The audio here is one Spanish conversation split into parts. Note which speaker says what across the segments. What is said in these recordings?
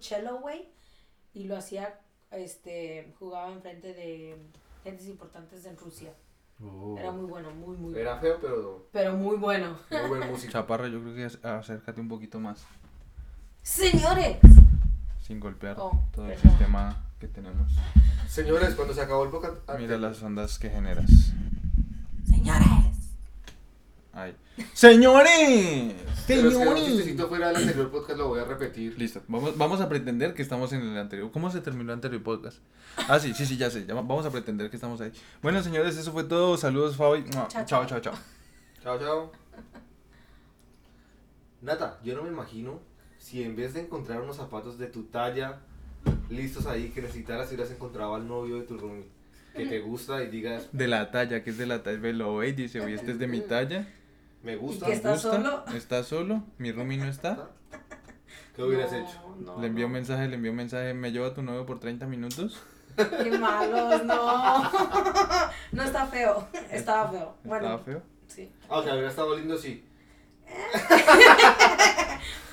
Speaker 1: cello, güey, y lo hacía, este, jugaba enfrente de gentes importantes en Rusia.
Speaker 2: Oh.
Speaker 1: Era muy bueno, muy, muy bueno.
Speaker 3: Era feo, pero
Speaker 1: Pero muy bueno.
Speaker 3: muy buen músico.
Speaker 2: Chaparra, yo creo que ac- acércate un poquito más,
Speaker 1: Señores,
Speaker 2: sin golpear
Speaker 1: Oh,
Speaker 2: todo el
Speaker 1: perdón.
Speaker 2: sistema que tenemos.
Speaker 3: Señores, cuando se acabó el podcast. ah,
Speaker 2: Mira las ondas que generas.
Speaker 1: señores.
Speaker 2: Ay. ¡Señores!
Speaker 3: Pero es que un
Speaker 2: ¡Señores!
Speaker 3: chistecito fuera del anterior podcast lo voy a repetir.
Speaker 2: Listo, vamos, vamos a pretender que estamos en el anterior. ¿Cómo se terminó el anterior podcast? Ah, sí, sí, sí, ya sé. ya va- vamos a pretender que estamos ahí. Bueno, señores, eso fue todo. Saludos, Fabi. Mua.
Speaker 1: Chao,
Speaker 2: Chao,
Speaker 1: chao.
Speaker 2: chao, chao.
Speaker 3: Chao, chao. Nata, yo no me imagino si en vez de encontrar unos zapatos de tu talla listos ahí que necesitaras, hubieras encontrado al novio de tu roomie que te gusta y digas,
Speaker 2: De la talla, que es de la talla. Ve, Lo ve y dice, oye, este es de mi talla.
Speaker 3: me gusta,
Speaker 1: ¿Y qué
Speaker 3: me
Speaker 1: está- ¿Estás
Speaker 2: gusta,
Speaker 1: solo?
Speaker 2: ¿Estás solo? Mi Rumi no está.
Speaker 3: gusta. ¿Qué hubieras
Speaker 1: No,
Speaker 3: hecho?
Speaker 1: no,
Speaker 2: Le envió un
Speaker 1: no.
Speaker 2: mensaje, le envió un mensaje. ¿Me lleva tu novio por 30 minutos?
Speaker 1: Qué malos, no. No está feo, estaba feo. Bueno,
Speaker 2: Estaba feo.
Speaker 1: sí.
Speaker 3: Ah, o sea, hubiera estado lindo, sí.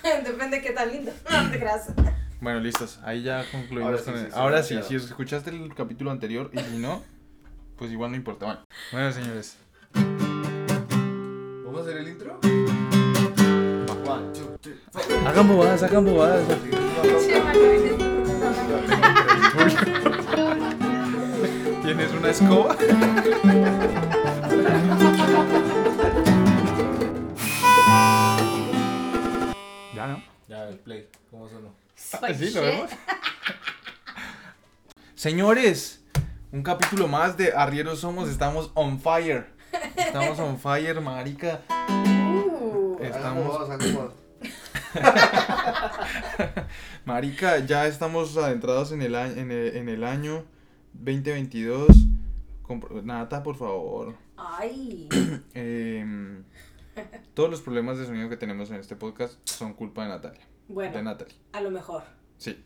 Speaker 1: Depende qué tan lindo. No te creas.
Speaker 2: Bueno, listos. Ahí ya concluimos
Speaker 3: Ahora sí,
Speaker 2: con
Speaker 3: sí,
Speaker 2: el-
Speaker 3: sí,
Speaker 2: Ahora
Speaker 3: sí,
Speaker 2: sí,
Speaker 3: ya.
Speaker 2: si escuchaste el capítulo anterior y si no, pues igual no importa. Bueno, bueno señores.
Speaker 3: ¿Vamos a hacer el intro? One, two, three, four.
Speaker 2: Hagan bobadas, hagan bobadas.
Speaker 1: Che, Manuel.
Speaker 2: ¿Tienes una escoba? ya no.
Speaker 3: Ya, el play, ¿cómo sonó?
Speaker 2: Sí, lo vemos. Señores, un capítulo más de Arrieros Somos. Estamos on fire. Estamos on fire, marica.
Speaker 1: Uh,
Speaker 2: Estamos. Marica, ya estamos adentrados en el año, en el, en el año 2022. Compro- Nata, por favor.
Speaker 1: Ay.
Speaker 2: Em, todos los problemas de sonido que tenemos en este podcast son culpa de Natalia. De
Speaker 1: Bueno,
Speaker 2: Natalie,
Speaker 1: a lo mejor.
Speaker 2: sí.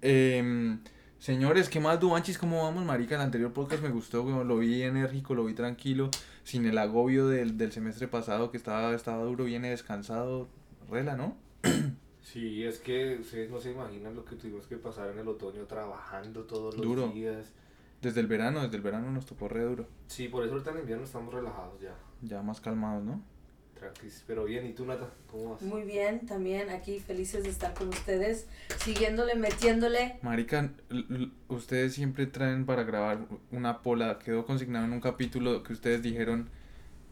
Speaker 2: Em, señores, ¿qué más, Duanchis? ¿Cómo vamos, marica? El anterior podcast me gustó, weón, lo vi enérgico, lo vi tranquilo, sin el agobio del, del semestre pasado que estaba, estaba duro, viene descansado. Rela, ¿no?
Speaker 3: Sí, es que ustedes no se imaginan lo que tuvimos que pasar en el otoño trabajando todos los
Speaker 2: Duro.
Speaker 3: días.
Speaker 2: Desde el verano, desde el verano nos tocó re duro.
Speaker 3: Sí, por eso ahorita en invierno estamos relajados ya.
Speaker 2: Ya más calmados, ¿no?
Speaker 3: Tranquis. Pero bien, ¿y tú, Nata? ¿Cómo vas?
Speaker 1: Muy bien, también aquí felices de estar con ustedes, siguiéndole, metiéndole.
Speaker 2: Marica, l- l- ustedes siempre traen para grabar una pola. Quedó consignado en un capítulo que ustedes dijeron,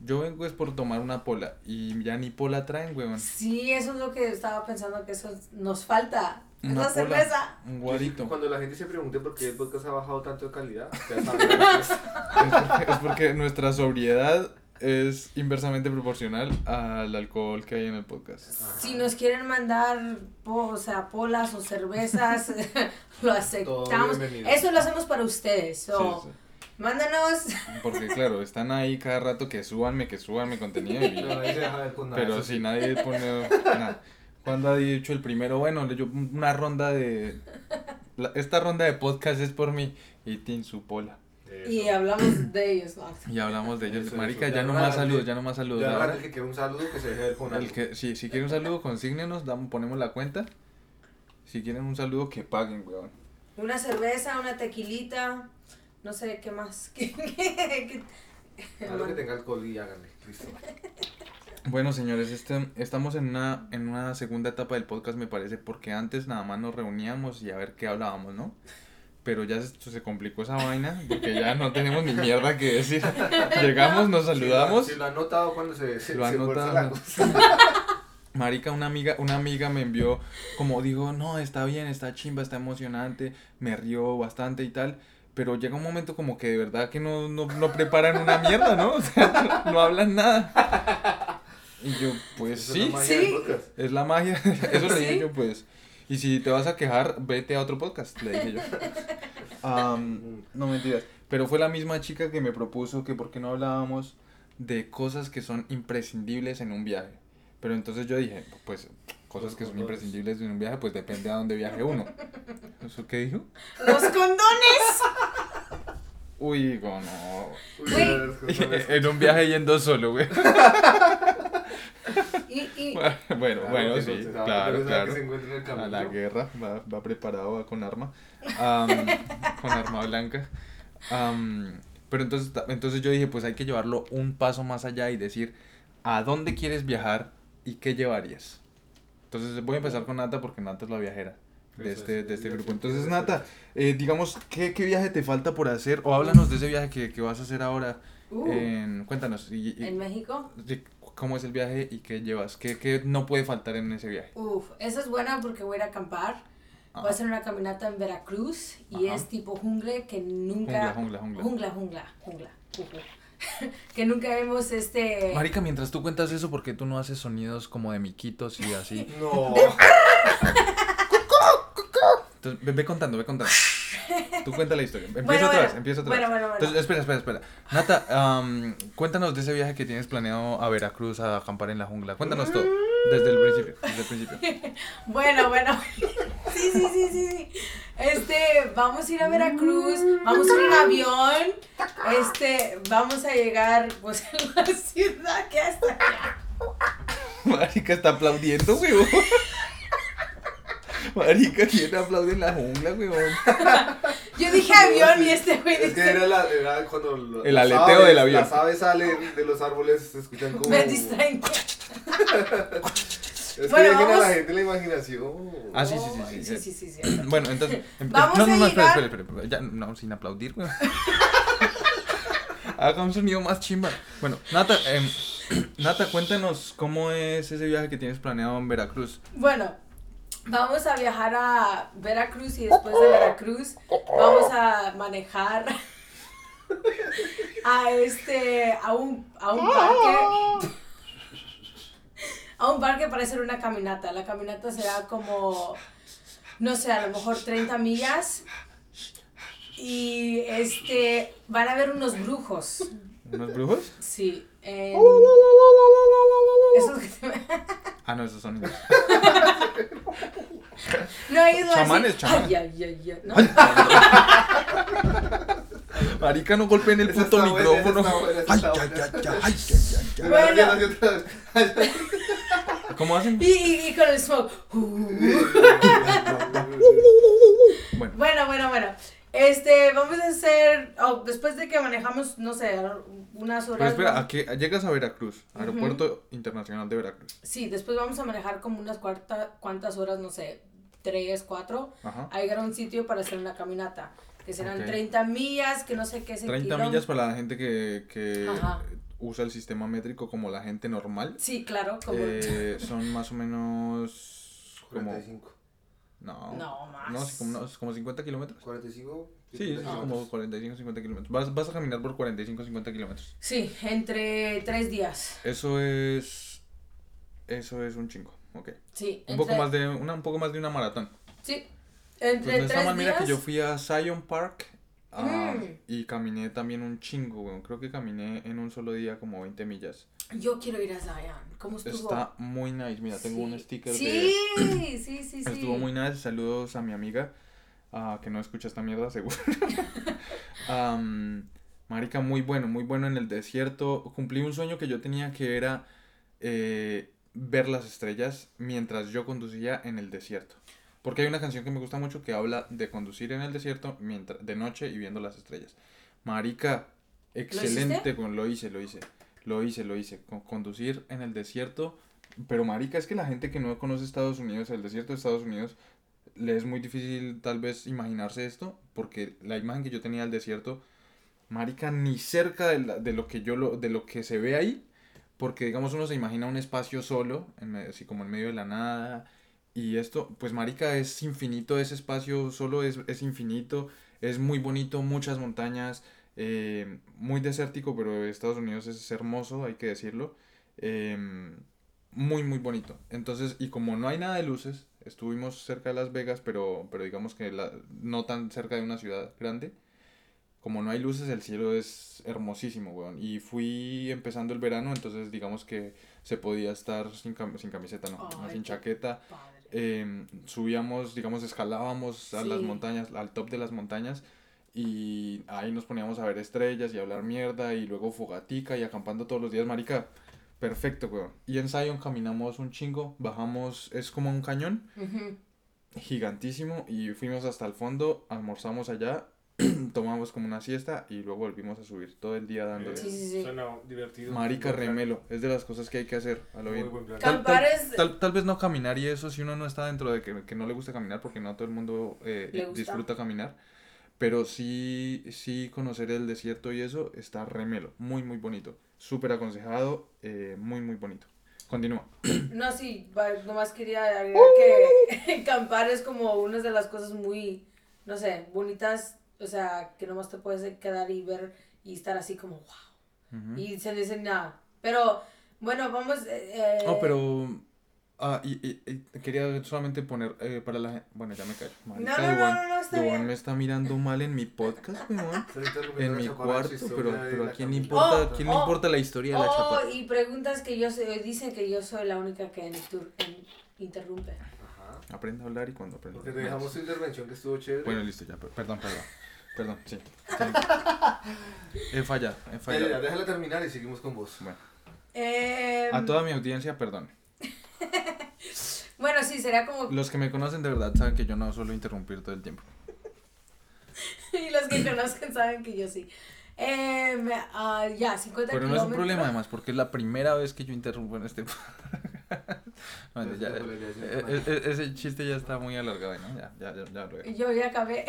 Speaker 2: yo vengo es por tomar una pola. Y ya ni pola traen, weón.
Speaker 1: Sí, eso es lo que estaba pensando que eso nos falta. Es
Speaker 2: Una
Speaker 1: la
Speaker 2: pola,
Speaker 1: cerveza.
Speaker 2: Un
Speaker 3: Yo sí,
Speaker 2: guarito.
Speaker 3: Cuando la gente se pregunte por qué el podcast ha bajado tanto de calidad, ya saben pues, que es-
Speaker 2: Es porque, es porque nuestra sobriedad es inversamente proporcional al alcohol que hay en el podcast.
Speaker 1: Si nos quieren mandar, po- o sea, polas o cervezas, lo aceptamos.
Speaker 3: bienvenido.
Speaker 1: Eso lo hacemos para ustedes. so,
Speaker 2: Sí,
Speaker 1: Mándanos.
Speaker 2: sí. Porque claro, están ahí cada rato que súbanme, que súbanme contenido. y-
Speaker 3: No, nadie se deja ver con nada.
Speaker 2: Pero
Speaker 3: eso
Speaker 2: si nadie pone nada. ¿Cuándo ha dicho el primero? Bueno, le- yo una ronda de. la- esta ronda de podcast es por mí y Tin su pola.
Speaker 3: Eso.
Speaker 1: Y hablamos de ellos, ¿no?
Speaker 2: Y hablamos de ellos.
Speaker 3: Eso,
Speaker 2: Marica,
Speaker 3: eso.
Speaker 2: ya
Speaker 3: Ya
Speaker 2: no
Speaker 3: raro,
Speaker 2: más saludos,
Speaker 3: sí.
Speaker 2: ya no más saludos.
Speaker 3: Ya
Speaker 2: Ahora,
Speaker 3: ahora el que quiera un saludo que se deje ver con
Speaker 2: el
Speaker 3: algo.
Speaker 2: que, sí, si quieren un saludo, consígnenos, damos, ponemos la cuenta. Si quieren un saludo, que paguen, weón.
Speaker 1: Una cerveza, una tequilita, no sé qué más. ¿Qué- qué- qué-
Speaker 3: Algo que tenga alcohol y háganle. Listo.
Speaker 2: Bueno, señores, este, estamos en una, en una segunda etapa del podcast, me parece, porque antes nada más nos reuníamos y a ver qué hablábamos, ¿no? Pero ya se, se complicó esa vaina, porque ya no tenemos ni mierda que decir. Llegamos, nos saludamos.
Speaker 3: Si lo han notado cuando se, se,
Speaker 2: Lo han
Speaker 3: se fuerza
Speaker 2: notado.
Speaker 3: la cosa.
Speaker 2: Marica, una amiga, una amiga me envió, como digo, no, está bien, está chimba, está emocionante, me río bastante y tal, pero llega un momento como que de verdad que no, no, no preparan una mierda, ¿no? O sea, no, no hablan nada. Y yo, pues
Speaker 3: Eso es la magia del
Speaker 2: sí,
Speaker 1: Sí.
Speaker 3: podcast.
Speaker 2: es la magia, eso le dije
Speaker 1: Sí.
Speaker 2: yo, pues. Y si te vas a quejar, vete a otro podcast, le dije yo. Am, no mentiras. Pero fue la misma chica que me propuso que por qué no hablábamos de cosas que son imprescindibles en un viaje. Pero entonces yo dije, pues cosas que son
Speaker 3: Los colores.
Speaker 2: imprescindibles en un viaje, pues depende a dónde viaje uno. ¿Eso qué dijo?
Speaker 1: Los condones.
Speaker 2: Uy, digo, no.
Speaker 3: Uy,
Speaker 1: Güey.
Speaker 3: las cosas.
Speaker 2: en un viaje yendo solo, güey.
Speaker 1: Y, y muy...
Speaker 2: bueno,
Speaker 3: Claro,
Speaker 2: bueno,
Speaker 3: que
Speaker 2: sí,
Speaker 3: no se sabe, pero
Speaker 2: claro,
Speaker 3: es la
Speaker 2: claro.
Speaker 3: que se encuentra en el
Speaker 2: A la
Speaker 3: camino.
Speaker 2: guerra, va, va preparado, va con arma. Am, con arma blanca. Am, pero entonces, ta- entonces yo dije, pues hay que llevarlo un paso más allá y decir, ¿a dónde quieres viajar y qué llevarías? Entonces voy a empezar con Nata porque Nata es la viajera de
Speaker 3: Eso
Speaker 2: este,
Speaker 3: es,
Speaker 2: de este
Speaker 3: yo
Speaker 2: grupo.
Speaker 3: creo que
Speaker 2: Entonces,
Speaker 3: debe ser
Speaker 2: Nata, eh, digamos, ¿qué, ¿qué viaje te falta por hacer? O háblanos de ese viaje que, que vas a hacer ahora.
Speaker 1: Uh,
Speaker 2: en- cuéntanos. y- eh, y-
Speaker 1: en México.
Speaker 2: de ¿Cómo es el viaje y qué llevas? ¿Qué, qué no puede faltar en ese viaje?
Speaker 1: Uf, esa es buena porque voy a ir a acampar. Voy a
Speaker 2: Ajá.
Speaker 1: hacer una caminata en Veracruz y
Speaker 2: Ajá.
Speaker 1: es tipo jungle que
Speaker 2: Jungla,
Speaker 1: nunca...
Speaker 2: jungla, jungla.
Speaker 1: Jungla, jungla, jungla. jungla. que nunca hemos este...
Speaker 2: Marica, mientras tú cuentas eso, ¿por qué tú no haces sonidos como de miquitos y así?
Speaker 3: No.
Speaker 2: Entonces, ve, ve contando, ve contando. Tú cuenta la historia. Empieza
Speaker 1: Bueno,
Speaker 2: otra
Speaker 1: bueno.
Speaker 2: vez, empieza otra
Speaker 1: Bueno,
Speaker 2: vez.
Speaker 1: bueno, bueno.
Speaker 2: Entonces, espera, espera, espera. Nata, am, cuéntanos de ese viaje que tienes planeado a Veracruz a acampar en la jungla. Cuéntanos todo, desde el principio, desde el principio.
Speaker 1: Bueno, bueno. Sí, sí, sí, sí, sí. Este, vamos a ir a Veracruz, vamos a ir en avión, este, vamos a llegar, pues, a la ciudad que hasta allá.
Speaker 2: Marica está aplaudiendo, huevón. Marica, ¿quién aplaude en la jungla, huevón?
Speaker 1: Yo dije avión y este güey
Speaker 3: Es que
Speaker 1: dice,
Speaker 3: era, la, era cuando lo-
Speaker 2: El
Speaker 3: las
Speaker 2: aleteo
Speaker 3: aves-
Speaker 2: del avión.
Speaker 3: Las aves salen de los árboles, se escuchan como.
Speaker 1: me distraen.
Speaker 3: Es que
Speaker 1: Bueno,
Speaker 3: dejen a
Speaker 1: vamos.
Speaker 3: la gente la imaginación.
Speaker 2: Ah, sí, sí, sí, sí,
Speaker 1: Ay,
Speaker 2: sí.
Speaker 1: sí, sí, sí.
Speaker 2: Bueno, entonces. em-
Speaker 1: Vamos
Speaker 2: no, no,
Speaker 1: a
Speaker 2: no, espera,
Speaker 1: llegar-
Speaker 2: espera, espera, espera, Ya, no, sin aplaudir, güey. Haga un sonido más chimba. Bueno, Nata, em, Nata, cuéntanos cómo es ese viaje que tienes planeado en Veracruz.
Speaker 1: Bueno, vamos a viajar a Veracruz y después de Veracruz vamos a manejar a este a un a un parque a un parque para hacer una caminata. La caminata será como no sé, a lo mejor 30 millas. Y este van a haber unos brujos.
Speaker 2: ¿Unos brujos?
Speaker 1: Sí. en- Esos que se ven-
Speaker 2: Ah, no, esos son.
Speaker 1: No he ido así.
Speaker 2: Chamanes, chamanes.
Speaker 1: Ay, ay, ay, ay, ¿no?
Speaker 2: Marica, no golpeen el
Speaker 3: Esa
Speaker 2: puto
Speaker 3: está buena, esa
Speaker 2: micrófono.
Speaker 3: está buena, esa
Speaker 2: Ay,
Speaker 3: está
Speaker 2: ya, ya,
Speaker 3: buena.
Speaker 2: ya,
Speaker 3: Ya,
Speaker 2: ay, ya, ya, ya.
Speaker 1: Bueno.
Speaker 3: ya, ya, ya, ya, ya.
Speaker 2: ¿Cómo hacen?
Speaker 1: Y, y- y con el smoke. Uh.
Speaker 2: Bueno,
Speaker 1: Bueno, bueno, bueno. Este, vamos a hacer, oh, después de que manejamos, no sé, unas
Speaker 2: pero
Speaker 1: horas.
Speaker 2: espera,
Speaker 1: vamos-
Speaker 2: ¿a qué? Llegas a Veracruz, Aeropuerto Internacional de Veracruz.
Speaker 1: Sí, después vamos a manejar como unas cuarta, cuantas horas, no sé, tres, cuatro,
Speaker 2: Ajá.
Speaker 1: a llegar a un sitio para hacer una caminata, que serán
Speaker 2: Ok.
Speaker 1: 30 millas, que no sé qué es el
Speaker 2: 30
Speaker 1: kilómetro.
Speaker 2: millas para la gente que, que
Speaker 1: Ajá.
Speaker 2: usa el sistema métrico como la gente normal.
Speaker 1: Sí, claro, como...
Speaker 2: Eh, son más o menos como
Speaker 3: 45.
Speaker 2: no
Speaker 1: No, más.
Speaker 2: no, sí, como, unos- como 50 kilómetros
Speaker 3: 45.
Speaker 2: sí es como 45 50 kilómetros vas, vas a caminar por 45 50 kilómetros
Speaker 1: Sí, entre tres días.
Speaker 2: eso es eso es un chingo ok
Speaker 1: Sí,
Speaker 2: un
Speaker 1: entre-
Speaker 2: poco más de una un poco más de una maratón
Speaker 1: Sí,
Speaker 2: pues
Speaker 1: entre
Speaker 2: no está
Speaker 1: tres
Speaker 2: mal mira
Speaker 1: días.
Speaker 2: que yo fui a Zion Park ah,
Speaker 1: Mm.
Speaker 2: y caminé también un chingo weón. creo que caminé en un solo día como 20 millas
Speaker 1: Yo quiero ir a Zion. ¿Cómo estuvo?
Speaker 2: está muy nice mira tengo un sticker
Speaker 1: sí.
Speaker 2: de
Speaker 1: Sí, sí, sí, sí.
Speaker 2: Estuvo muy nice. Saludos a mi amiga. ah, que no escucha esta mierda, seguro. Am, marica, muy bueno, muy bueno en el desierto. Cumplí un sueño que yo tenía que era eh, ver las estrellas mientras yo conducía en el desierto. Porque hay una canción que me gusta mucho que habla de conducir en el desierto mientras, de noche y viendo las estrellas. Marica, excelente. con- Lo, hice, lo hice. Lo hice, lo hice. Con, conducir en el desierto. Pero marica, es que la gente que no conoce Estados Unidos, el desierto de Estados Unidos, le es muy difícil tal vez imaginarse esto, porque la imagen que yo tenía del desierto, marica, ni cerca de, la- de lo que yo lo, de lo que se ve ahí, porque digamos uno se imagina un espacio solo, en medio- así como en medio de la nada, y esto, pues marica, es infinito, ese espacio solo es, es infinito, es muy bonito, muchas montañas, eh, muy desértico, pero Estados Unidos es hermoso, hay que decirlo. em, muy, muy bonito. Entonces, y como no hay nada de luces, estuvimos cerca de Las Vegas, pero, pero digamos que la- no tan cerca de una ciudad grande. Como no hay luces, el cielo es hermosísimo, weón. Y fui empezando el verano, entonces digamos que se podía estar sin, cam- sin camiseta, no,
Speaker 1: Ay,
Speaker 2: sin
Speaker 1: qué
Speaker 2: chaqueta.
Speaker 1: Padre.
Speaker 2: Eh, subíamos, digamos, escalábamos a las
Speaker 1: Sí.
Speaker 2: montañas, al top de las montañas. Y ahí nos poníamos a ver estrellas y a hablar mierda y luego fogatica y acampando todos los días, marica. Perfecto, weón. Y en Zion caminamos un chingo, bajamos, es como un cañón
Speaker 1: Ujú.
Speaker 2: gigantísimo y fuimos hasta el fondo, almorzamos allá, tomamos como una siesta y luego volvimos a subir todo el día dándole.
Speaker 1: Sí, sí, sí.
Speaker 4: Suena divertido.
Speaker 2: Marica
Speaker 4: Buen plan.
Speaker 2: remelo, es de las cosas que hay que hacer, a lo
Speaker 4: Muy
Speaker 2: bien.
Speaker 4: buen plan.
Speaker 1: Cam-
Speaker 2: Tal, tal-
Speaker 1: Acampar es-
Speaker 2: tal- tal vez no caminar y eso si uno no está dentro de que, que no le gusta caminar porque no a todo el mundo eh,
Speaker 1: Le gusta.
Speaker 2: disfruta caminar pero sí sí conocer el desierto y eso está remelo muy muy bonito súper aconsejado eh, muy muy bonito continúa
Speaker 1: No, sí, va- nomás quería agregar que acampar es como una de las cosas muy, no sé, bonitas, o sea, que nomás te puedes quedar y ver y estar así como, wow.
Speaker 2: Ujú.
Speaker 1: Y se dice nada. Pero, bueno, vamos... eh,
Speaker 2: no Oh, pero ah, y, y- y quería solamente poner eh, para la gente bueno ya me callo
Speaker 1: no,
Speaker 2: Marica,
Speaker 1: no,
Speaker 2: Duván-
Speaker 1: no, no, está
Speaker 2: Duván
Speaker 1: bien.
Speaker 2: me está mirando mal en mi podcast weón.
Speaker 3: Estoy interrumpiendo
Speaker 2: en
Speaker 3: la
Speaker 2: mi
Speaker 3: chaparra
Speaker 2: cuarto
Speaker 3: chistosa
Speaker 2: pero
Speaker 3: de
Speaker 2: pero
Speaker 3: la
Speaker 2: a quién le
Speaker 3: Camila.
Speaker 2: importa
Speaker 1: Oh,
Speaker 2: a quién le
Speaker 1: oh,
Speaker 2: importa la historia de la
Speaker 1: Oh,
Speaker 2: chapa
Speaker 1: y preguntas que yo soy, dicen que yo soy la única que inter- en- interrumpe.
Speaker 3: Ajá.
Speaker 2: aprenda a hablar y cuando aprenda
Speaker 3: Porque te dejamos tu intervención que estuvo chévere.
Speaker 2: Bueno, listo, ya, per- perdón, perdón. Perdón, sí. He fallado,
Speaker 3: Ya, ya,
Speaker 2: he
Speaker 3: ya,
Speaker 2: fallado.
Speaker 3: déjala terminar y seguimos con vos.
Speaker 2: Bueno,
Speaker 1: Eh,
Speaker 2: a toda mi audiencia, perdón.
Speaker 1: Bueno, sí, sería como...
Speaker 2: Los que me conocen de verdad saben que yo no suelo interrumpir todo el tiempo.
Speaker 1: y los que conozcan saben que yo sí. Em, ah, ya, 50
Speaker 2: Pero no es un
Speaker 1: kilómetros.
Speaker 2: problema, además, porque es la primera vez que yo interrumpo en este. No,
Speaker 3: Entonces,
Speaker 2: ya,
Speaker 3: te
Speaker 2: eh,
Speaker 3: volvería a decir,
Speaker 2: eh,
Speaker 3: bueno.
Speaker 2: eh, eh, ese chiste ya está muy alargado, ¿no? Ya, ya, ya, ya lo dejo.
Speaker 1: Yo ya acabé.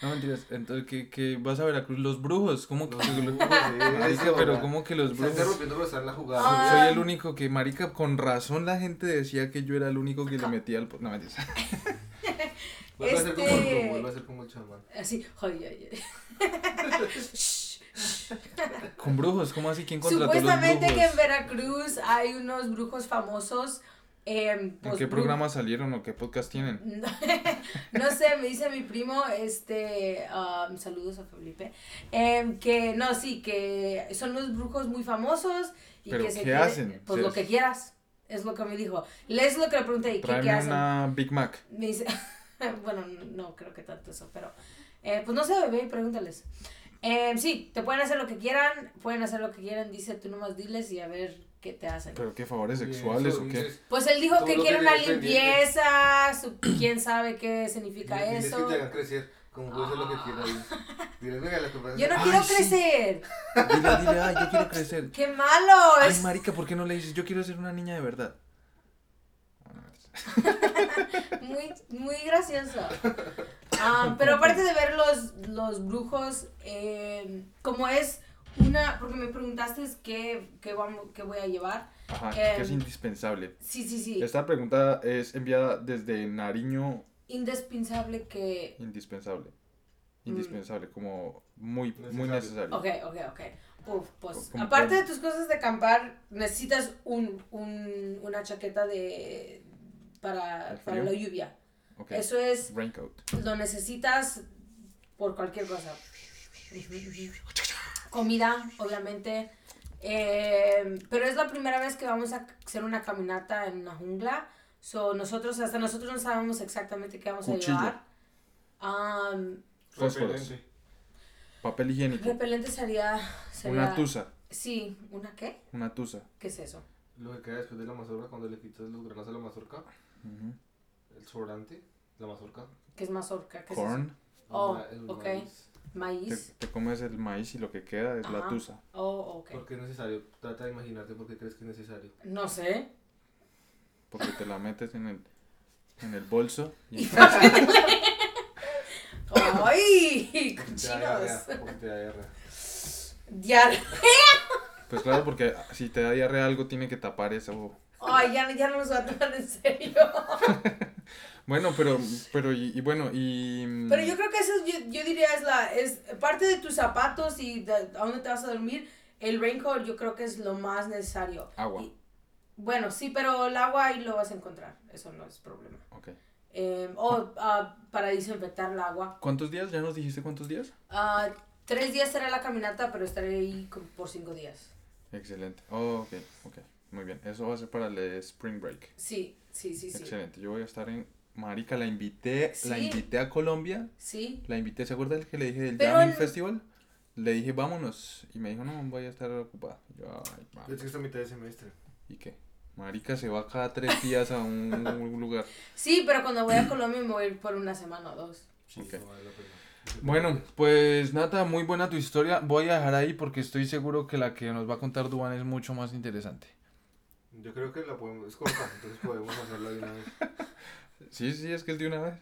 Speaker 2: No mentiras, entonces, ¿qué, qué vas a Veracruz? Los brujos, ¿cómo que.?
Speaker 3: Los brujos, sí,
Speaker 2: Marica,
Speaker 3: eso,
Speaker 2: pero
Speaker 3: ¿verdad?
Speaker 2: ¿cómo que los
Speaker 3: Está
Speaker 2: brujos?
Speaker 3: interrumpiendo, pero está en la
Speaker 1: Ah.
Speaker 3: jugada.
Speaker 2: Soy el único que, marica, con razón la gente decía que yo era el único que le metía al... po- No, mentiras.
Speaker 3: Vuelve a ser como el
Speaker 1: Este- ah,
Speaker 3: Dumbo, vuelve a ser como el chamán.
Speaker 1: Así, ay, ay, ay. Shh.
Speaker 2: Con brujos, ¿cómo así? ¿Quién contrató
Speaker 1: Supuestamente
Speaker 2: los
Speaker 1: que
Speaker 2: brujos?
Speaker 1: en Veracruz hay unos brujos famosos. em,
Speaker 2: ¿En
Speaker 1: pues,
Speaker 2: qué
Speaker 1: bru-
Speaker 2: programa salieron o qué podcast tienen?
Speaker 1: no sé, me dice mi primo, este, um, saludos a Felipe, em, que no, sí, que son unos brujos muy famosos. Y
Speaker 2: ¿Pero
Speaker 1: que se
Speaker 2: qué
Speaker 1: quieren-
Speaker 2: hacen?
Speaker 1: Pues
Speaker 2: Se-
Speaker 1: lo que quieras, es lo que me dijo. Les lo que le pregunté, ¿y qué, qué
Speaker 2: Tráeme
Speaker 1: hacen?
Speaker 2: una Big Mac.
Speaker 1: Me dice, bueno, no creo que tanto eso, pero eh, pues no sé, ve y pregúntales. Eh, sí, te pueden hacer lo que quieran, pueden hacer lo que quieran, dice tú nomás diles y a ver qué te hacen.
Speaker 2: ¿Pero qué favores sexuales
Speaker 3: Eso,
Speaker 2: o qué?
Speaker 3: dices,
Speaker 1: Pues él dijo
Speaker 3: Tú
Speaker 1: que
Speaker 3: lo
Speaker 1: quiere una
Speaker 3: tienes pendiente.
Speaker 1: limpieza, su- quién sabe qué significa
Speaker 3: diles
Speaker 1: eso. Ah.
Speaker 3: que te hagan crecer, como puede ser lo que quieras. diles. Diles, venga, la conversación.
Speaker 1: Yo no
Speaker 2: Ay,
Speaker 1: quiero
Speaker 2: sí.
Speaker 1: crecer,
Speaker 2: Dile, dile, ay, yo quiero crecer.
Speaker 1: qué malo
Speaker 2: Ay,
Speaker 1: es.
Speaker 2: marica, ¿por qué no le dices? Yo quiero ser una niña de verdad. Ah, no, mentiras.
Speaker 1: Muy, muy gracioso. Ah, pero aparte de ver los, los brujos, eh, como es una, porque me preguntaste qué, qué, vamos- qué voy a llevar.
Speaker 2: Ajá,
Speaker 1: Eh,
Speaker 2: que es indispensable.
Speaker 1: Sí, sí, sí.
Speaker 2: Esta pregunta es enviada desde Nariño
Speaker 1: indispensable que...
Speaker 2: indispensable.
Speaker 1: Mm.
Speaker 2: Indispensable, como muy, muy
Speaker 3: Necesario.
Speaker 2: necesario.
Speaker 1: Ok, ok, ok. Uf, pues,
Speaker 2: Como-
Speaker 1: aparte de tus cosas de acampar, necesitas un, un, una chaqueta de... Para,
Speaker 2: ¿De
Speaker 1: para la
Speaker 2: frío?
Speaker 1: lluvia.
Speaker 2: Ok.
Speaker 1: Eso es,
Speaker 2: Raincoat.
Speaker 1: lo necesitas por cualquier cosa. Comida, obviamente. Eh, pero es la primera vez que vamos a hacer una caminata en una jungla. So, nosotros, hasta nosotros no sabemos exactamente qué vamos
Speaker 2: Cuchillo.
Speaker 1: a llevar. Am,
Speaker 2: Ah, Fósforos.
Speaker 4: Repelente.
Speaker 2: Papel higiénico.
Speaker 1: Repelente sería, sería-
Speaker 2: Una tusa.
Speaker 1: Sí, ¿una qué?
Speaker 2: Una tusa.
Speaker 1: ¿Qué es eso?
Speaker 3: Lo que queda después de la mazorca, cuando le quitas los granos a la mazorca,
Speaker 2: Ujú.
Speaker 3: el sobrante, la mazorca.
Speaker 1: ¿Qué es mazorca? ¿Qué es
Speaker 2: Corn.
Speaker 1: Oh,
Speaker 3: ma- el
Speaker 1: ok.
Speaker 3: maíz.
Speaker 1: eso?
Speaker 2: Te,
Speaker 1: ¿Maíz?
Speaker 2: te comes el maíz y lo que queda es la
Speaker 1: Ajá.
Speaker 2: tusa.
Speaker 1: Oh, ok.
Speaker 3: ¿Por qué es necesario? Trata de imaginarte por qué crees que es necesario.
Speaker 1: No sé.
Speaker 2: Porque te la metes en el, en el bolso. Y
Speaker 1: ¡Ay!
Speaker 3: Porque te
Speaker 1: ¡Cochinos!
Speaker 3: da diarrea, porque te da diarrea.
Speaker 1: Diar-
Speaker 2: pues claro, porque si te da diarrea algo tiene que tapar eso.
Speaker 1: Ay, ya, ya no nos va a tomar en serio.
Speaker 2: Bueno, pero, pero y, y bueno, y... mm,
Speaker 1: Pero yo creo que eso, es- yo, yo diría, es la es parte de tus zapatos y de, a dónde te vas a dormir. El raincoat yo creo que es lo más necesario.
Speaker 2: Agua.
Speaker 1: Y- bueno, sí, pero el agua ahí lo vas a encontrar. Eso no es problema.
Speaker 2: Ok.
Speaker 1: Eh, o ah, para desinfectar el agua.
Speaker 2: ¿Cuántos días? ¿Ya nos dijiste cuántos días?
Speaker 1: Ah, tres días será la caminata, pero estaré ahí co- por cinco días.
Speaker 2: Excelente. Oh, ok, ok. Muy bien. Eso va a ser para el eh, Spring Break.
Speaker 1: Sí, sí, sí, sí.
Speaker 2: Excelente. Yo voy a estar en... Marica, la invité, la
Speaker 1: Sí.
Speaker 2: invité a Colombia.
Speaker 1: Sí.
Speaker 2: La invité, ¿se acuerda el que le dije del
Speaker 1: Pero
Speaker 2: Jamming
Speaker 1: en-
Speaker 2: Festival? le dije, vámonos. Y me dijo, no, voy a estar ocupada. Y yo, ay,
Speaker 3: Yo estoy
Speaker 2: mami.
Speaker 3: hasta mitad de semestre.
Speaker 2: ¿Y qué? Marica se va cada tres días a un, un lugar.
Speaker 1: Sí, pero cuando voy a Colombia me voy a ir por una semana o dos.
Speaker 3: Sí,
Speaker 2: Ok.
Speaker 3: eso vale la pena.
Speaker 2: Bueno, pues Nata, muy buena tu historia. Voy a dejar ahí porque estoy seguro que la que nos va a contar Duan es mucho más interesante.
Speaker 3: Yo creo que la podemos. Es corta, entonces podemos hacerla de una vez.
Speaker 2: Sí, sí, es que es de una vez.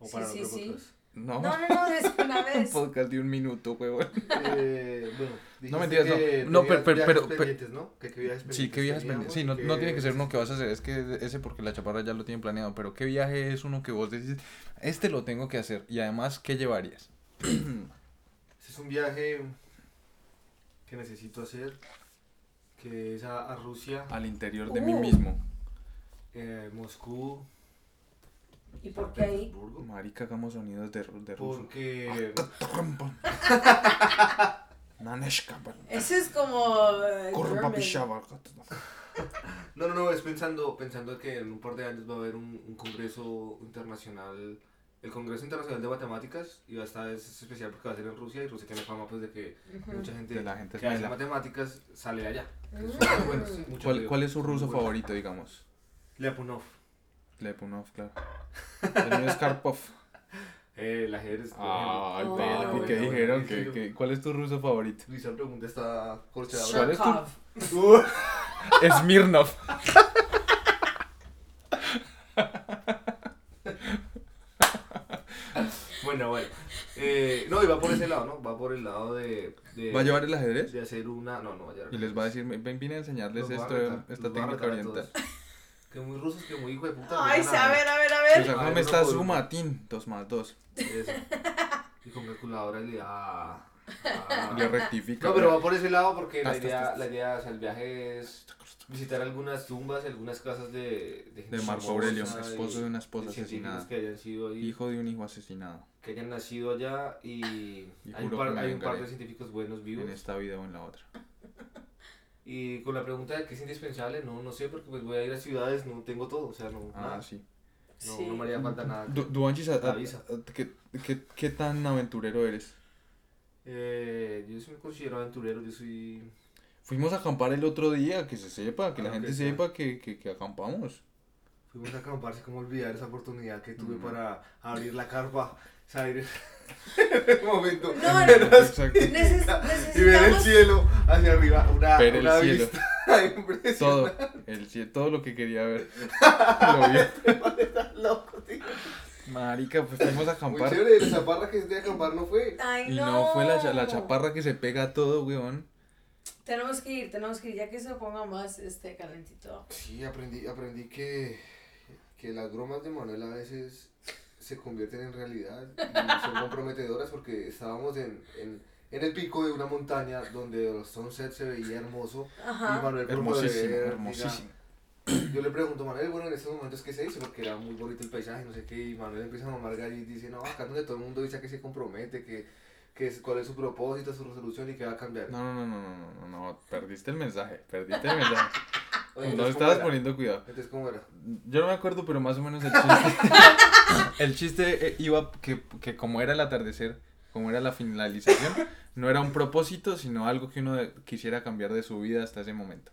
Speaker 3: O
Speaker 1: Sí,
Speaker 3: para
Speaker 1: sí,
Speaker 3: otro
Speaker 1: sí.
Speaker 3: podcast.
Speaker 2: No,
Speaker 1: No, no, no, de una
Speaker 2: un
Speaker 1: vez.
Speaker 2: podcast de un minuto, huevón.
Speaker 3: Eh, bueno, dijiste
Speaker 2: mentiras, no.
Speaker 3: que
Speaker 2: No,
Speaker 3: tenías
Speaker 2: pero- pero-
Speaker 3: viajes
Speaker 2: pero-
Speaker 3: pendientes, ¿no? Que, que viajes
Speaker 2: Sí,
Speaker 3: pendientes
Speaker 2: qué viajes
Speaker 3: teníamos
Speaker 2: pendientes. Sí,
Speaker 3: y
Speaker 2: no, no tiene que ser uno que vas a hacer. Es que ese porque la chaparra ya lo tiene planeado. Pero qué viaje es uno que vos decís, este lo tengo que hacer. Y además, ¿qué llevarías?
Speaker 3: Ese es un viaje que necesito hacer, que es a, a Rusia,
Speaker 2: Al interior de mí
Speaker 1: Uh.
Speaker 2: mismo.
Speaker 3: eh, Moscú,
Speaker 1: ¿Y
Speaker 3: San
Speaker 1: por qué ahí?
Speaker 3: Petersburgo.
Speaker 2: Marica, hagamos sonidos de, ru- de ruso.
Speaker 3: Porque
Speaker 2: Naneshka, bal-
Speaker 1: Ese es como... eh,
Speaker 2: kurba
Speaker 1: German.
Speaker 2: pishaba.
Speaker 3: No, no, no, es pensando, pensando que en un par de años va a haber un, un congreso internacional, el Congreso Internacional de Matemáticas, y va a estar, es especial porque va a ser en Rusia, y Rusia tiene fama pues de que
Speaker 1: Ujú.
Speaker 3: mucha gente,
Speaker 2: De la gente
Speaker 3: que hace
Speaker 2: mela.
Speaker 3: matemáticas sale allá. Entonces,
Speaker 1: Mm.
Speaker 3: son muy buenos, mucho
Speaker 2: ¿Cuál,
Speaker 3: ruido.
Speaker 2: ¿Cuál es su
Speaker 3: Muy
Speaker 2: ruso
Speaker 3: bueno.
Speaker 2: favorito, digamos?
Speaker 3: Lyapunov.
Speaker 2: Lepunov, claro. El mío es Karpov.
Speaker 3: Eh, el ajedrez. por
Speaker 2: Ay,
Speaker 1: Oh.
Speaker 3: ejemplo.
Speaker 2: papi,
Speaker 1: bueno,
Speaker 2: ¿qué
Speaker 3: bueno,
Speaker 2: dijeron?
Speaker 3: bueno,
Speaker 2: ¿Qué,
Speaker 3: sí,
Speaker 2: qué, cuál es tu ruso favorito?
Speaker 3: Luisa pregunta está
Speaker 2: ¿Cuál
Speaker 3: corcheada.
Speaker 2: es tu-
Speaker 1: Sharkov.
Speaker 3: Uh,
Speaker 2: Smirnov.
Speaker 3: bueno, bueno. Eh, no, y va por ese lado, ¿no? Va por el lado de. de
Speaker 2: ¿Va a llevar el ajedrez?
Speaker 3: De hacer una. No, no va a llevar.
Speaker 2: Y les va a decir, ven, vine a enseñarles
Speaker 3: Los voy a
Speaker 2: esto,
Speaker 3: retar,
Speaker 2: esta
Speaker 3: los voy a
Speaker 2: técnica
Speaker 3: retar a
Speaker 2: oriental.
Speaker 3: Que muy rusos, que muy hijo de puta.
Speaker 1: Ay,
Speaker 3: no
Speaker 1: sí, a
Speaker 3: ganan, ¿no?
Speaker 1: ver, a ver, a
Speaker 2: Que
Speaker 1: ver.
Speaker 3: A
Speaker 2: sacame
Speaker 3: ver,
Speaker 2: está
Speaker 3: no,
Speaker 2: su
Speaker 3: no.
Speaker 2: matín, 2 más 2.
Speaker 3: Eso. Y con calculadora le da. a-
Speaker 2: Le rectifica.
Speaker 3: Ah. No, pero va por ese lado porque
Speaker 2: Ah,
Speaker 3: la
Speaker 2: está,
Speaker 3: idea,
Speaker 2: está,
Speaker 3: la idea, o sea, el viaje es visitar algunas tumbas, algunas casas de gente
Speaker 2: De Marco
Speaker 3: famosa
Speaker 2: Aurelio,
Speaker 3: y-
Speaker 2: esposo de una esposa
Speaker 3: y científicos
Speaker 2: asesinada.
Speaker 3: que hayan sido ahí,
Speaker 2: Hijo de un hijo asesinado.
Speaker 3: que hayan nacido allá y, hay un
Speaker 2: juro que
Speaker 3: par,
Speaker 2: me
Speaker 3: hay un par
Speaker 2: vengaré.
Speaker 3: de científicos buenos
Speaker 2: En
Speaker 3: vivos.
Speaker 2: esta vida o en la otra.
Speaker 3: Y con la pregunta de qué es indispensable, no, no sé, porque pues voy a ir a ciudades, no tengo todo, o sea, no,
Speaker 2: Ah,
Speaker 3: nada,
Speaker 2: sí.
Speaker 3: no,
Speaker 1: Sí.
Speaker 3: no me haría falta nada.
Speaker 2: Du- Duanchis, a- a-
Speaker 3: Ah, Avisa.
Speaker 2: a- ¿qué, qué, qué tan aventurero eres?
Speaker 3: Eh, yo sí me considero aventurero, yo soy...
Speaker 2: Fuimos a acampar el otro día, que se sepa, que la
Speaker 3: Ah,
Speaker 2: gente
Speaker 3: ok, sí.
Speaker 2: sepa que, que, que acampamos.
Speaker 3: Fuimos a acamparse, como olvidar esa oportunidad que tuve
Speaker 2: Mm.
Speaker 3: para abrir la carpa, salir en el momento.
Speaker 1: No, no.
Speaker 3: ver las
Speaker 2: Exacto.
Speaker 1: Neces-
Speaker 3: y ver el
Speaker 1: necesitamos...
Speaker 3: cielo hacia arriba, una,
Speaker 2: Ver el
Speaker 3: una
Speaker 2: cielo.
Speaker 3: vista impresionante.
Speaker 2: Todo, el, cie- todo lo que quería ver. Lo vi.
Speaker 3: Estás loco, tío.
Speaker 2: Marica, pues fuimos
Speaker 3: Muy
Speaker 2: a acampar.
Speaker 3: chévere, la chaparra que es de acampar no fue.
Speaker 1: Ay,
Speaker 2: Y
Speaker 1: no.
Speaker 2: no fue la, cha- la chaparra que se pega a todo, weón.
Speaker 1: Tenemos que ir, tenemos que ir, ya que se ponga más este calentito.
Speaker 3: Sí, aprendí, aprendí que, que las bromas de Manuel a veces se convierten en realidad y son comprometedoras porque estábamos en, en, en el pico de una montaña donde los sunsets se veía hermoso y
Speaker 1: Ajá.
Speaker 3: Manuel por
Speaker 2: Hermosísimo,
Speaker 3: poder,
Speaker 2: hermosísimo.
Speaker 3: diga, yo le pregunto, Manuel, bueno, en estos momentos qué se dice porque era muy bonito el paisaje, no sé qué, y Manuel empieza a mamar gallo y dice, no, acá es donde todo el mundo dice que se compromete, que, que es, cuál es su propósito, su resolución y que va a cambiar.
Speaker 2: No, no, no, no, no, no, no, no, perdiste el mensaje, perdiste el mensaje.
Speaker 3: Oye,
Speaker 2: No
Speaker 3: entonces, ¿cómo
Speaker 2: estabas
Speaker 3: era?
Speaker 2: poniendo cuidado.
Speaker 3: Entonces, ¿cómo era?
Speaker 2: Yo no me acuerdo, pero más o menos el chiste. el chiste eh, iba que, que como era el atardecer, como era la finalización, no era un propósito, sino algo que uno de- quisiera cambiar de su vida hasta ese momento.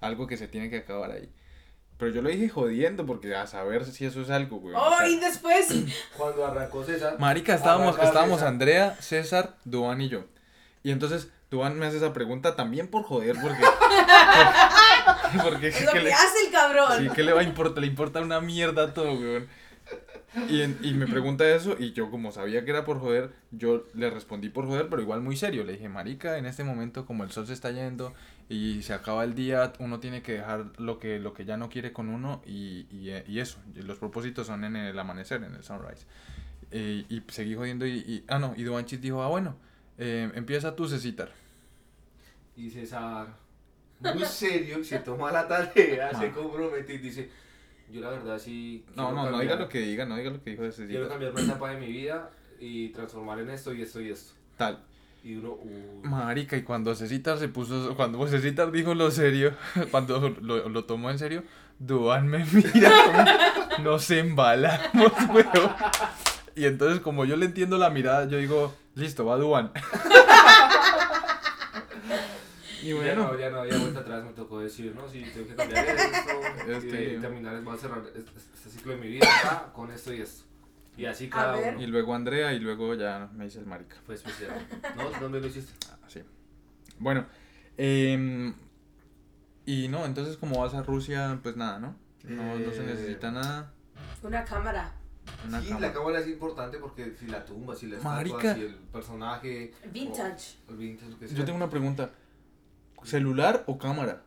Speaker 2: Algo que se tiene que acabar ahí. Pero yo lo dije jodiendo porque a saber si eso es algo, güey.
Speaker 1: Oh, y después...
Speaker 3: Cuando arrancó César...
Speaker 2: Marica, estábamos,
Speaker 3: Arrancar,
Speaker 2: estábamos
Speaker 3: César.
Speaker 2: Andrea, César, Duan y yo. Y entonces Duan me hace esa pregunta también por joder, porque. porque
Speaker 1: Es lo
Speaker 2: que
Speaker 1: que,
Speaker 2: le-
Speaker 1: hace el cabrón.
Speaker 2: Sí, ¿qué le va a importar? Le importa una mierda todo, weón. Y, en- y me pregunta eso, y yo, como sabía que era por joder, yo le respondí por joder, pero igual muy serio. Le dije, Marica, en este momento, como el sol se está yendo y se acaba el día, uno tiene que dejar lo que, lo que ya no quiere con uno, y, y, eh, y eso. Y los propósitos son en el amanecer, en el sunrise. Eh, y seguí jodiendo, y, y- ah, no, y Duanchis dijo, ah, bueno, eh, empieza tú, Cecitar.
Speaker 3: Y César, muy serio, se toma la tarea, se
Speaker 2: Ah.
Speaker 3: compromete y dice, yo la verdad sí...
Speaker 2: No,
Speaker 3: quiero
Speaker 2: no, no
Speaker 3: cambiar-
Speaker 2: diga lo que diga, no diga lo que dijo
Speaker 3: Quiero
Speaker 2: Cecitar.
Speaker 3: cambiar una etapa de mi vida y transformar en esto y esto y esto.
Speaker 2: Tal.
Speaker 3: Y uno, "Uy".
Speaker 2: Marica, y cuando Cecitar se puso, cuando Cecitar dijo lo serio, cuando lo, lo tomó en serio, Duan me mira como, nos embalamos, weón. Y entonces, como yo le entiendo la mirada, yo digo, listo, va Duan. Y
Speaker 4: Ya
Speaker 2: bueno,
Speaker 4: no, ya no había vuelta atrás, me tocó decir, no, si tengo que cambiar esto,
Speaker 2: Este.
Speaker 4: y terminar, voy a cerrar este, este ciclo de mi vida ah, con esto y esto. Y así cada
Speaker 1: ver.
Speaker 4: uno.
Speaker 2: y luego Andrea y luego ya me hice el marica.
Speaker 4: Pues, pues ya. No, no me lo hiciste.
Speaker 2: Así. Bueno, em, y no, entonces como vas a Rusia, pues nada, ¿no? No, no se
Speaker 3: Eh,
Speaker 2: necesita nada.
Speaker 1: Una cámara.
Speaker 2: Una
Speaker 3: sí,
Speaker 2: cámara.
Speaker 3: la cámara es importante porque si la tumba, si la
Speaker 2: Marica.
Speaker 3: estatua, si el personaje.
Speaker 1: Vintage.
Speaker 3: o el vintage, lo que sea.
Speaker 2: Yo tengo una pregunta. ¿Celular o cámara?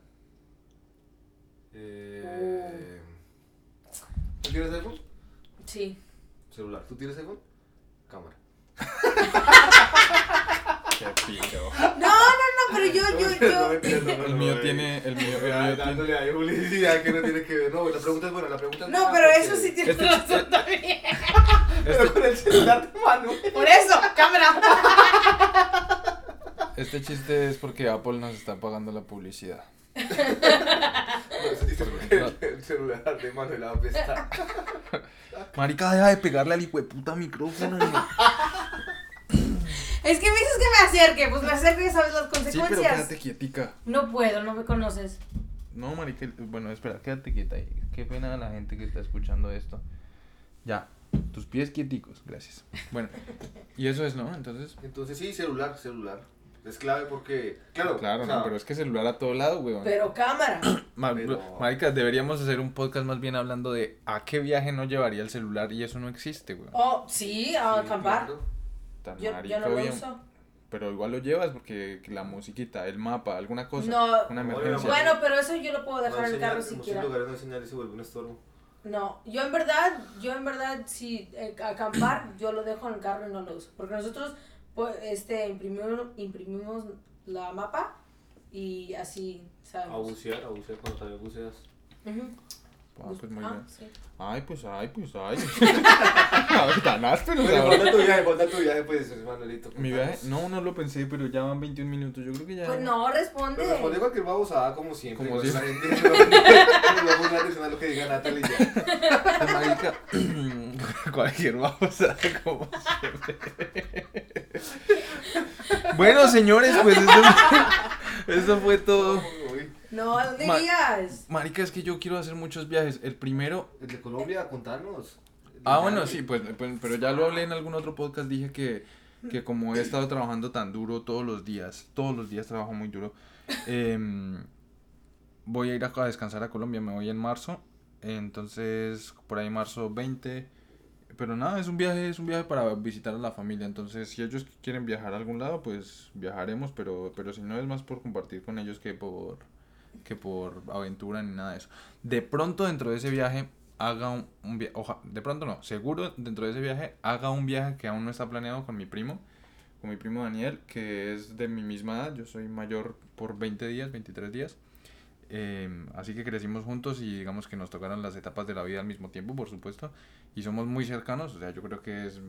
Speaker 4: Eh,
Speaker 3: ¿Tú tienes iPhone?
Speaker 2: Oh.
Speaker 1: Sí.
Speaker 4: celular.
Speaker 3: ¿Tú tienes iPhone?
Speaker 4: Cámara.
Speaker 2: Qué pico.
Speaker 1: No, no, no, pero yo, yo,
Speaker 3: No,
Speaker 1: yo.
Speaker 3: mentira, no, no,
Speaker 2: El
Speaker 3: no,
Speaker 2: mío
Speaker 3: eh.
Speaker 2: tiene, el mío, el
Speaker 3: Ay,
Speaker 2: mío tiene.
Speaker 3: Dándole ahí publicidad que no tiene que ver. No, la pregunta es buena, la pregunta es
Speaker 1: No,
Speaker 3: buena
Speaker 1: pero
Speaker 3: porque-
Speaker 1: eso sí tiene razón también.
Speaker 3: Pero con el celular de mano.
Speaker 1: Por eso, cámara.
Speaker 2: Este chiste es porque Apple nos está pagando la publicidad.
Speaker 3: Eso dice porque el celular de mano la apesta.
Speaker 2: Marica, deja de pegarle al hijueputa micrófono.
Speaker 1: Es que me dices que me acerque, pues me acerque y sabes las
Speaker 2: Sí, pero
Speaker 1: consecuencias.
Speaker 2: quédate quietica.
Speaker 1: no puedo, no me conoces.
Speaker 2: No, marica, bueno, espera, quédate quieta ahí. Qué pena la gente que está escuchando esto. Ya, tus pies quieticos, gracias. Bueno, y eso es, ¿no? Entonces,
Speaker 3: Entonces sí, celular, celular. Es clave porque. Claro,
Speaker 2: claro,
Speaker 3: o sea,
Speaker 2: no, pero es que celular a todo lado, weón.
Speaker 1: Pero cámara.
Speaker 2: Ma-
Speaker 3: pero-
Speaker 2: Marica, deberíamos hacer un podcast más bien hablando de a qué viaje no llevaría el celular y eso no existe, weón.
Speaker 1: Oh, sí, a
Speaker 3: sí,
Speaker 1: acampar.
Speaker 3: claro.
Speaker 2: Tan
Speaker 1: Yo, yo
Speaker 2: marica,
Speaker 1: no lo
Speaker 2: bien.
Speaker 1: uso.
Speaker 2: Pero igual lo llevas porque la musiquita, el mapa, alguna cosa.
Speaker 1: No.
Speaker 2: Pues, Una
Speaker 3: Oye,
Speaker 2: emergencia.
Speaker 1: Bueno, pero eso yo lo puedo dejar
Speaker 3: No
Speaker 1: en el
Speaker 3: enseñar-
Speaker 1: carro
Speaker 3: en
Speaker 1: si
Speaker 3: muchos
Speaker 1: quiera.
Speaker 3: lugares no enseñar y se vuelve un estorbo.
Speaker 1: No, yo en verdad, yo en verdad, si eh, acampar, yo lo dejo en el carro y no lo uso. Porque nosotros, pues, este, imprimimos, imprimimos la mapa y así,
Speaker 4: A
Speaker 1: ¿sabes?
Speaker 4: bucear, a bucear cuando también buceas.
Speaker 1: Ujú.
Speaker 2: Ah, pues muy
Speaker 1: Ah,
Speaker 2: bien.
Speaker 1: sí.
Speaker 2: Ay, pues, ay, pues, ay. Tan áspero,
Speaker 3: Bueno,
Speaker 2: ahora.
Speaker 3: falta tu viaje, falta tu viaje, pues, Manuelito.
Speaker 2: Mi viaje, no, no lo pensé, pero ya van 21 minutos. Yo creo que ya.
Speaker 1: Pues no, responde.
Speaker 3: Pero responde cualquier babosada como siempre.
Speaker 2: Como
Speaker 3: Como si la
Speaker 2: siempre.
Speaker 3: gente no va a poner atención a lo que diga Natalia y ya.
Speaker 2: Pues, marica, cualquier babosa, como siempre. bueno, señores, pues eso, eso fue todo.
Speaker 3: Uy,
Speaker 1: No, no
Speaker 2: Ma-
Speaker 1: digas.
Speaker 2: Marica, es que yo quiero hacer muchos viajes. El primero.
Speaker 3: El de Colombia, contanos.
Speaker 2: Ah, bueno, sí, pues, pues, pero ya lo hablé en algún otro podcast. Dije que, que como he estado trabajando tan duro todos los días, todos los días trabajo muy duro. em, voy a ir a, a descansar a Colombia, me voy en marzo. Entonces, por ahí marzo 20. Pero nada, es un viaje, es un viaje para visitar a la familia. Entonces, si ellos quieren viajar a algún lado, pues viajaremos, pero, pero si no es más por compartir con ellos que por que por aventura ni nada de eso. De pronto dentro de ese viaje haga un, viaje, de pronto no, seguro dentro de ese viaje haga un viaje que aún no está planeado con mi primo, con mi primo Daniel, que es de mi misma edad, yo soy mayor por 20 días, 23 días. Em, así que crecimos juntos y digamos que nos tocaron las etapas de la vida al mismo tiempo, por supuesto, y somos muy cercanos, o sea, yo creo que es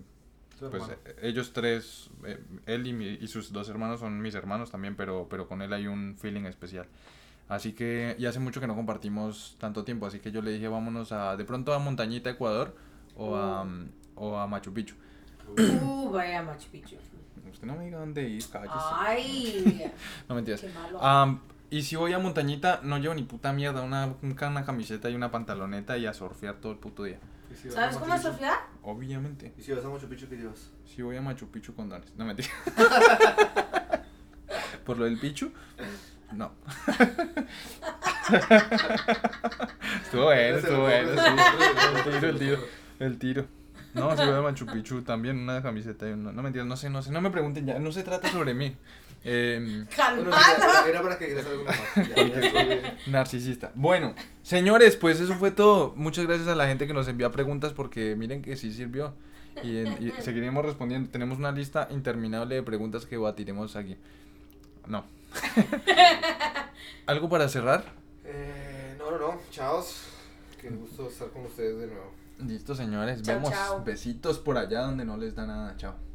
Speaker 2: pues eh, ellos tres, eh, él y, mi- y sus dos hermanos son mis hermanos también, pero, pero con él hay un feeling especial. Así que, y hace mucho que no compartimos tanto tiempo, así que yo le dije, vámonos a, de pronto a Montañita, Ecuador, o a, mm, o a Machu Picchu.
Speaker 1: Uh, vaya Machu Picchu.
Speaker 2: Usted no me diga dónde ir, cállese.
Speaker 1: Ay,
Speaker 2: No mentiras.
Speaker 1: Ah, qué malo.
Speaker 2: Am, y si voy a Montañita, no llevo ni puta mierda, una, un ca- una camiseta y una pantaloneta y a surfear todo el puto día.
Speaker 3: ¿Y si vas a
Speaker 1: ¿Sabes cómo es
Speaker 3: Machu Picchu?
Speaker 1: Sofía?
Speaker 2: Obviamente.
Speaker 3: ¿Y si vas a Machu Picchu, qué llevas?
Speaker 2: Si voy a Machu Picchu con dones. No mentira. Por lo del Pichu, no. estuvo bueno, estuvo bueno. sí. El tiro, el tiro. El tiro. No, si voy a Machu Picchu también, una camiseta y una. No mentiras, no sé, no sé. No me pregunten ya, no se trata sobre mí. Em,
Speaker 3: Bueno,
Speaker 1: Calmado.
Speaker 3: era, era para que dijeras algo más. Ya, ya estuvo bien.
Speaker 2: Narcisista. Bueno, señores, pues eso fue todo. Muchas gracias a la gente que nos envía preguntas porque miren que sí sirvió. Y, y seguiremos respondiendo. Tenemos una lista interminable de preguntas que batiremos aquí. No. ¿Algo para cerrar?
Speaker 3: Eh, no, no, no. Chaos. Qué gusto estar con ustedes de nuevo.
Speaker 2: Listo, señores.
Speaker 1: Chao,
Speaker 2: Vemos
Speaker 1: chao.
Speaker 2: besitos por allá donde no les da nada. Chao.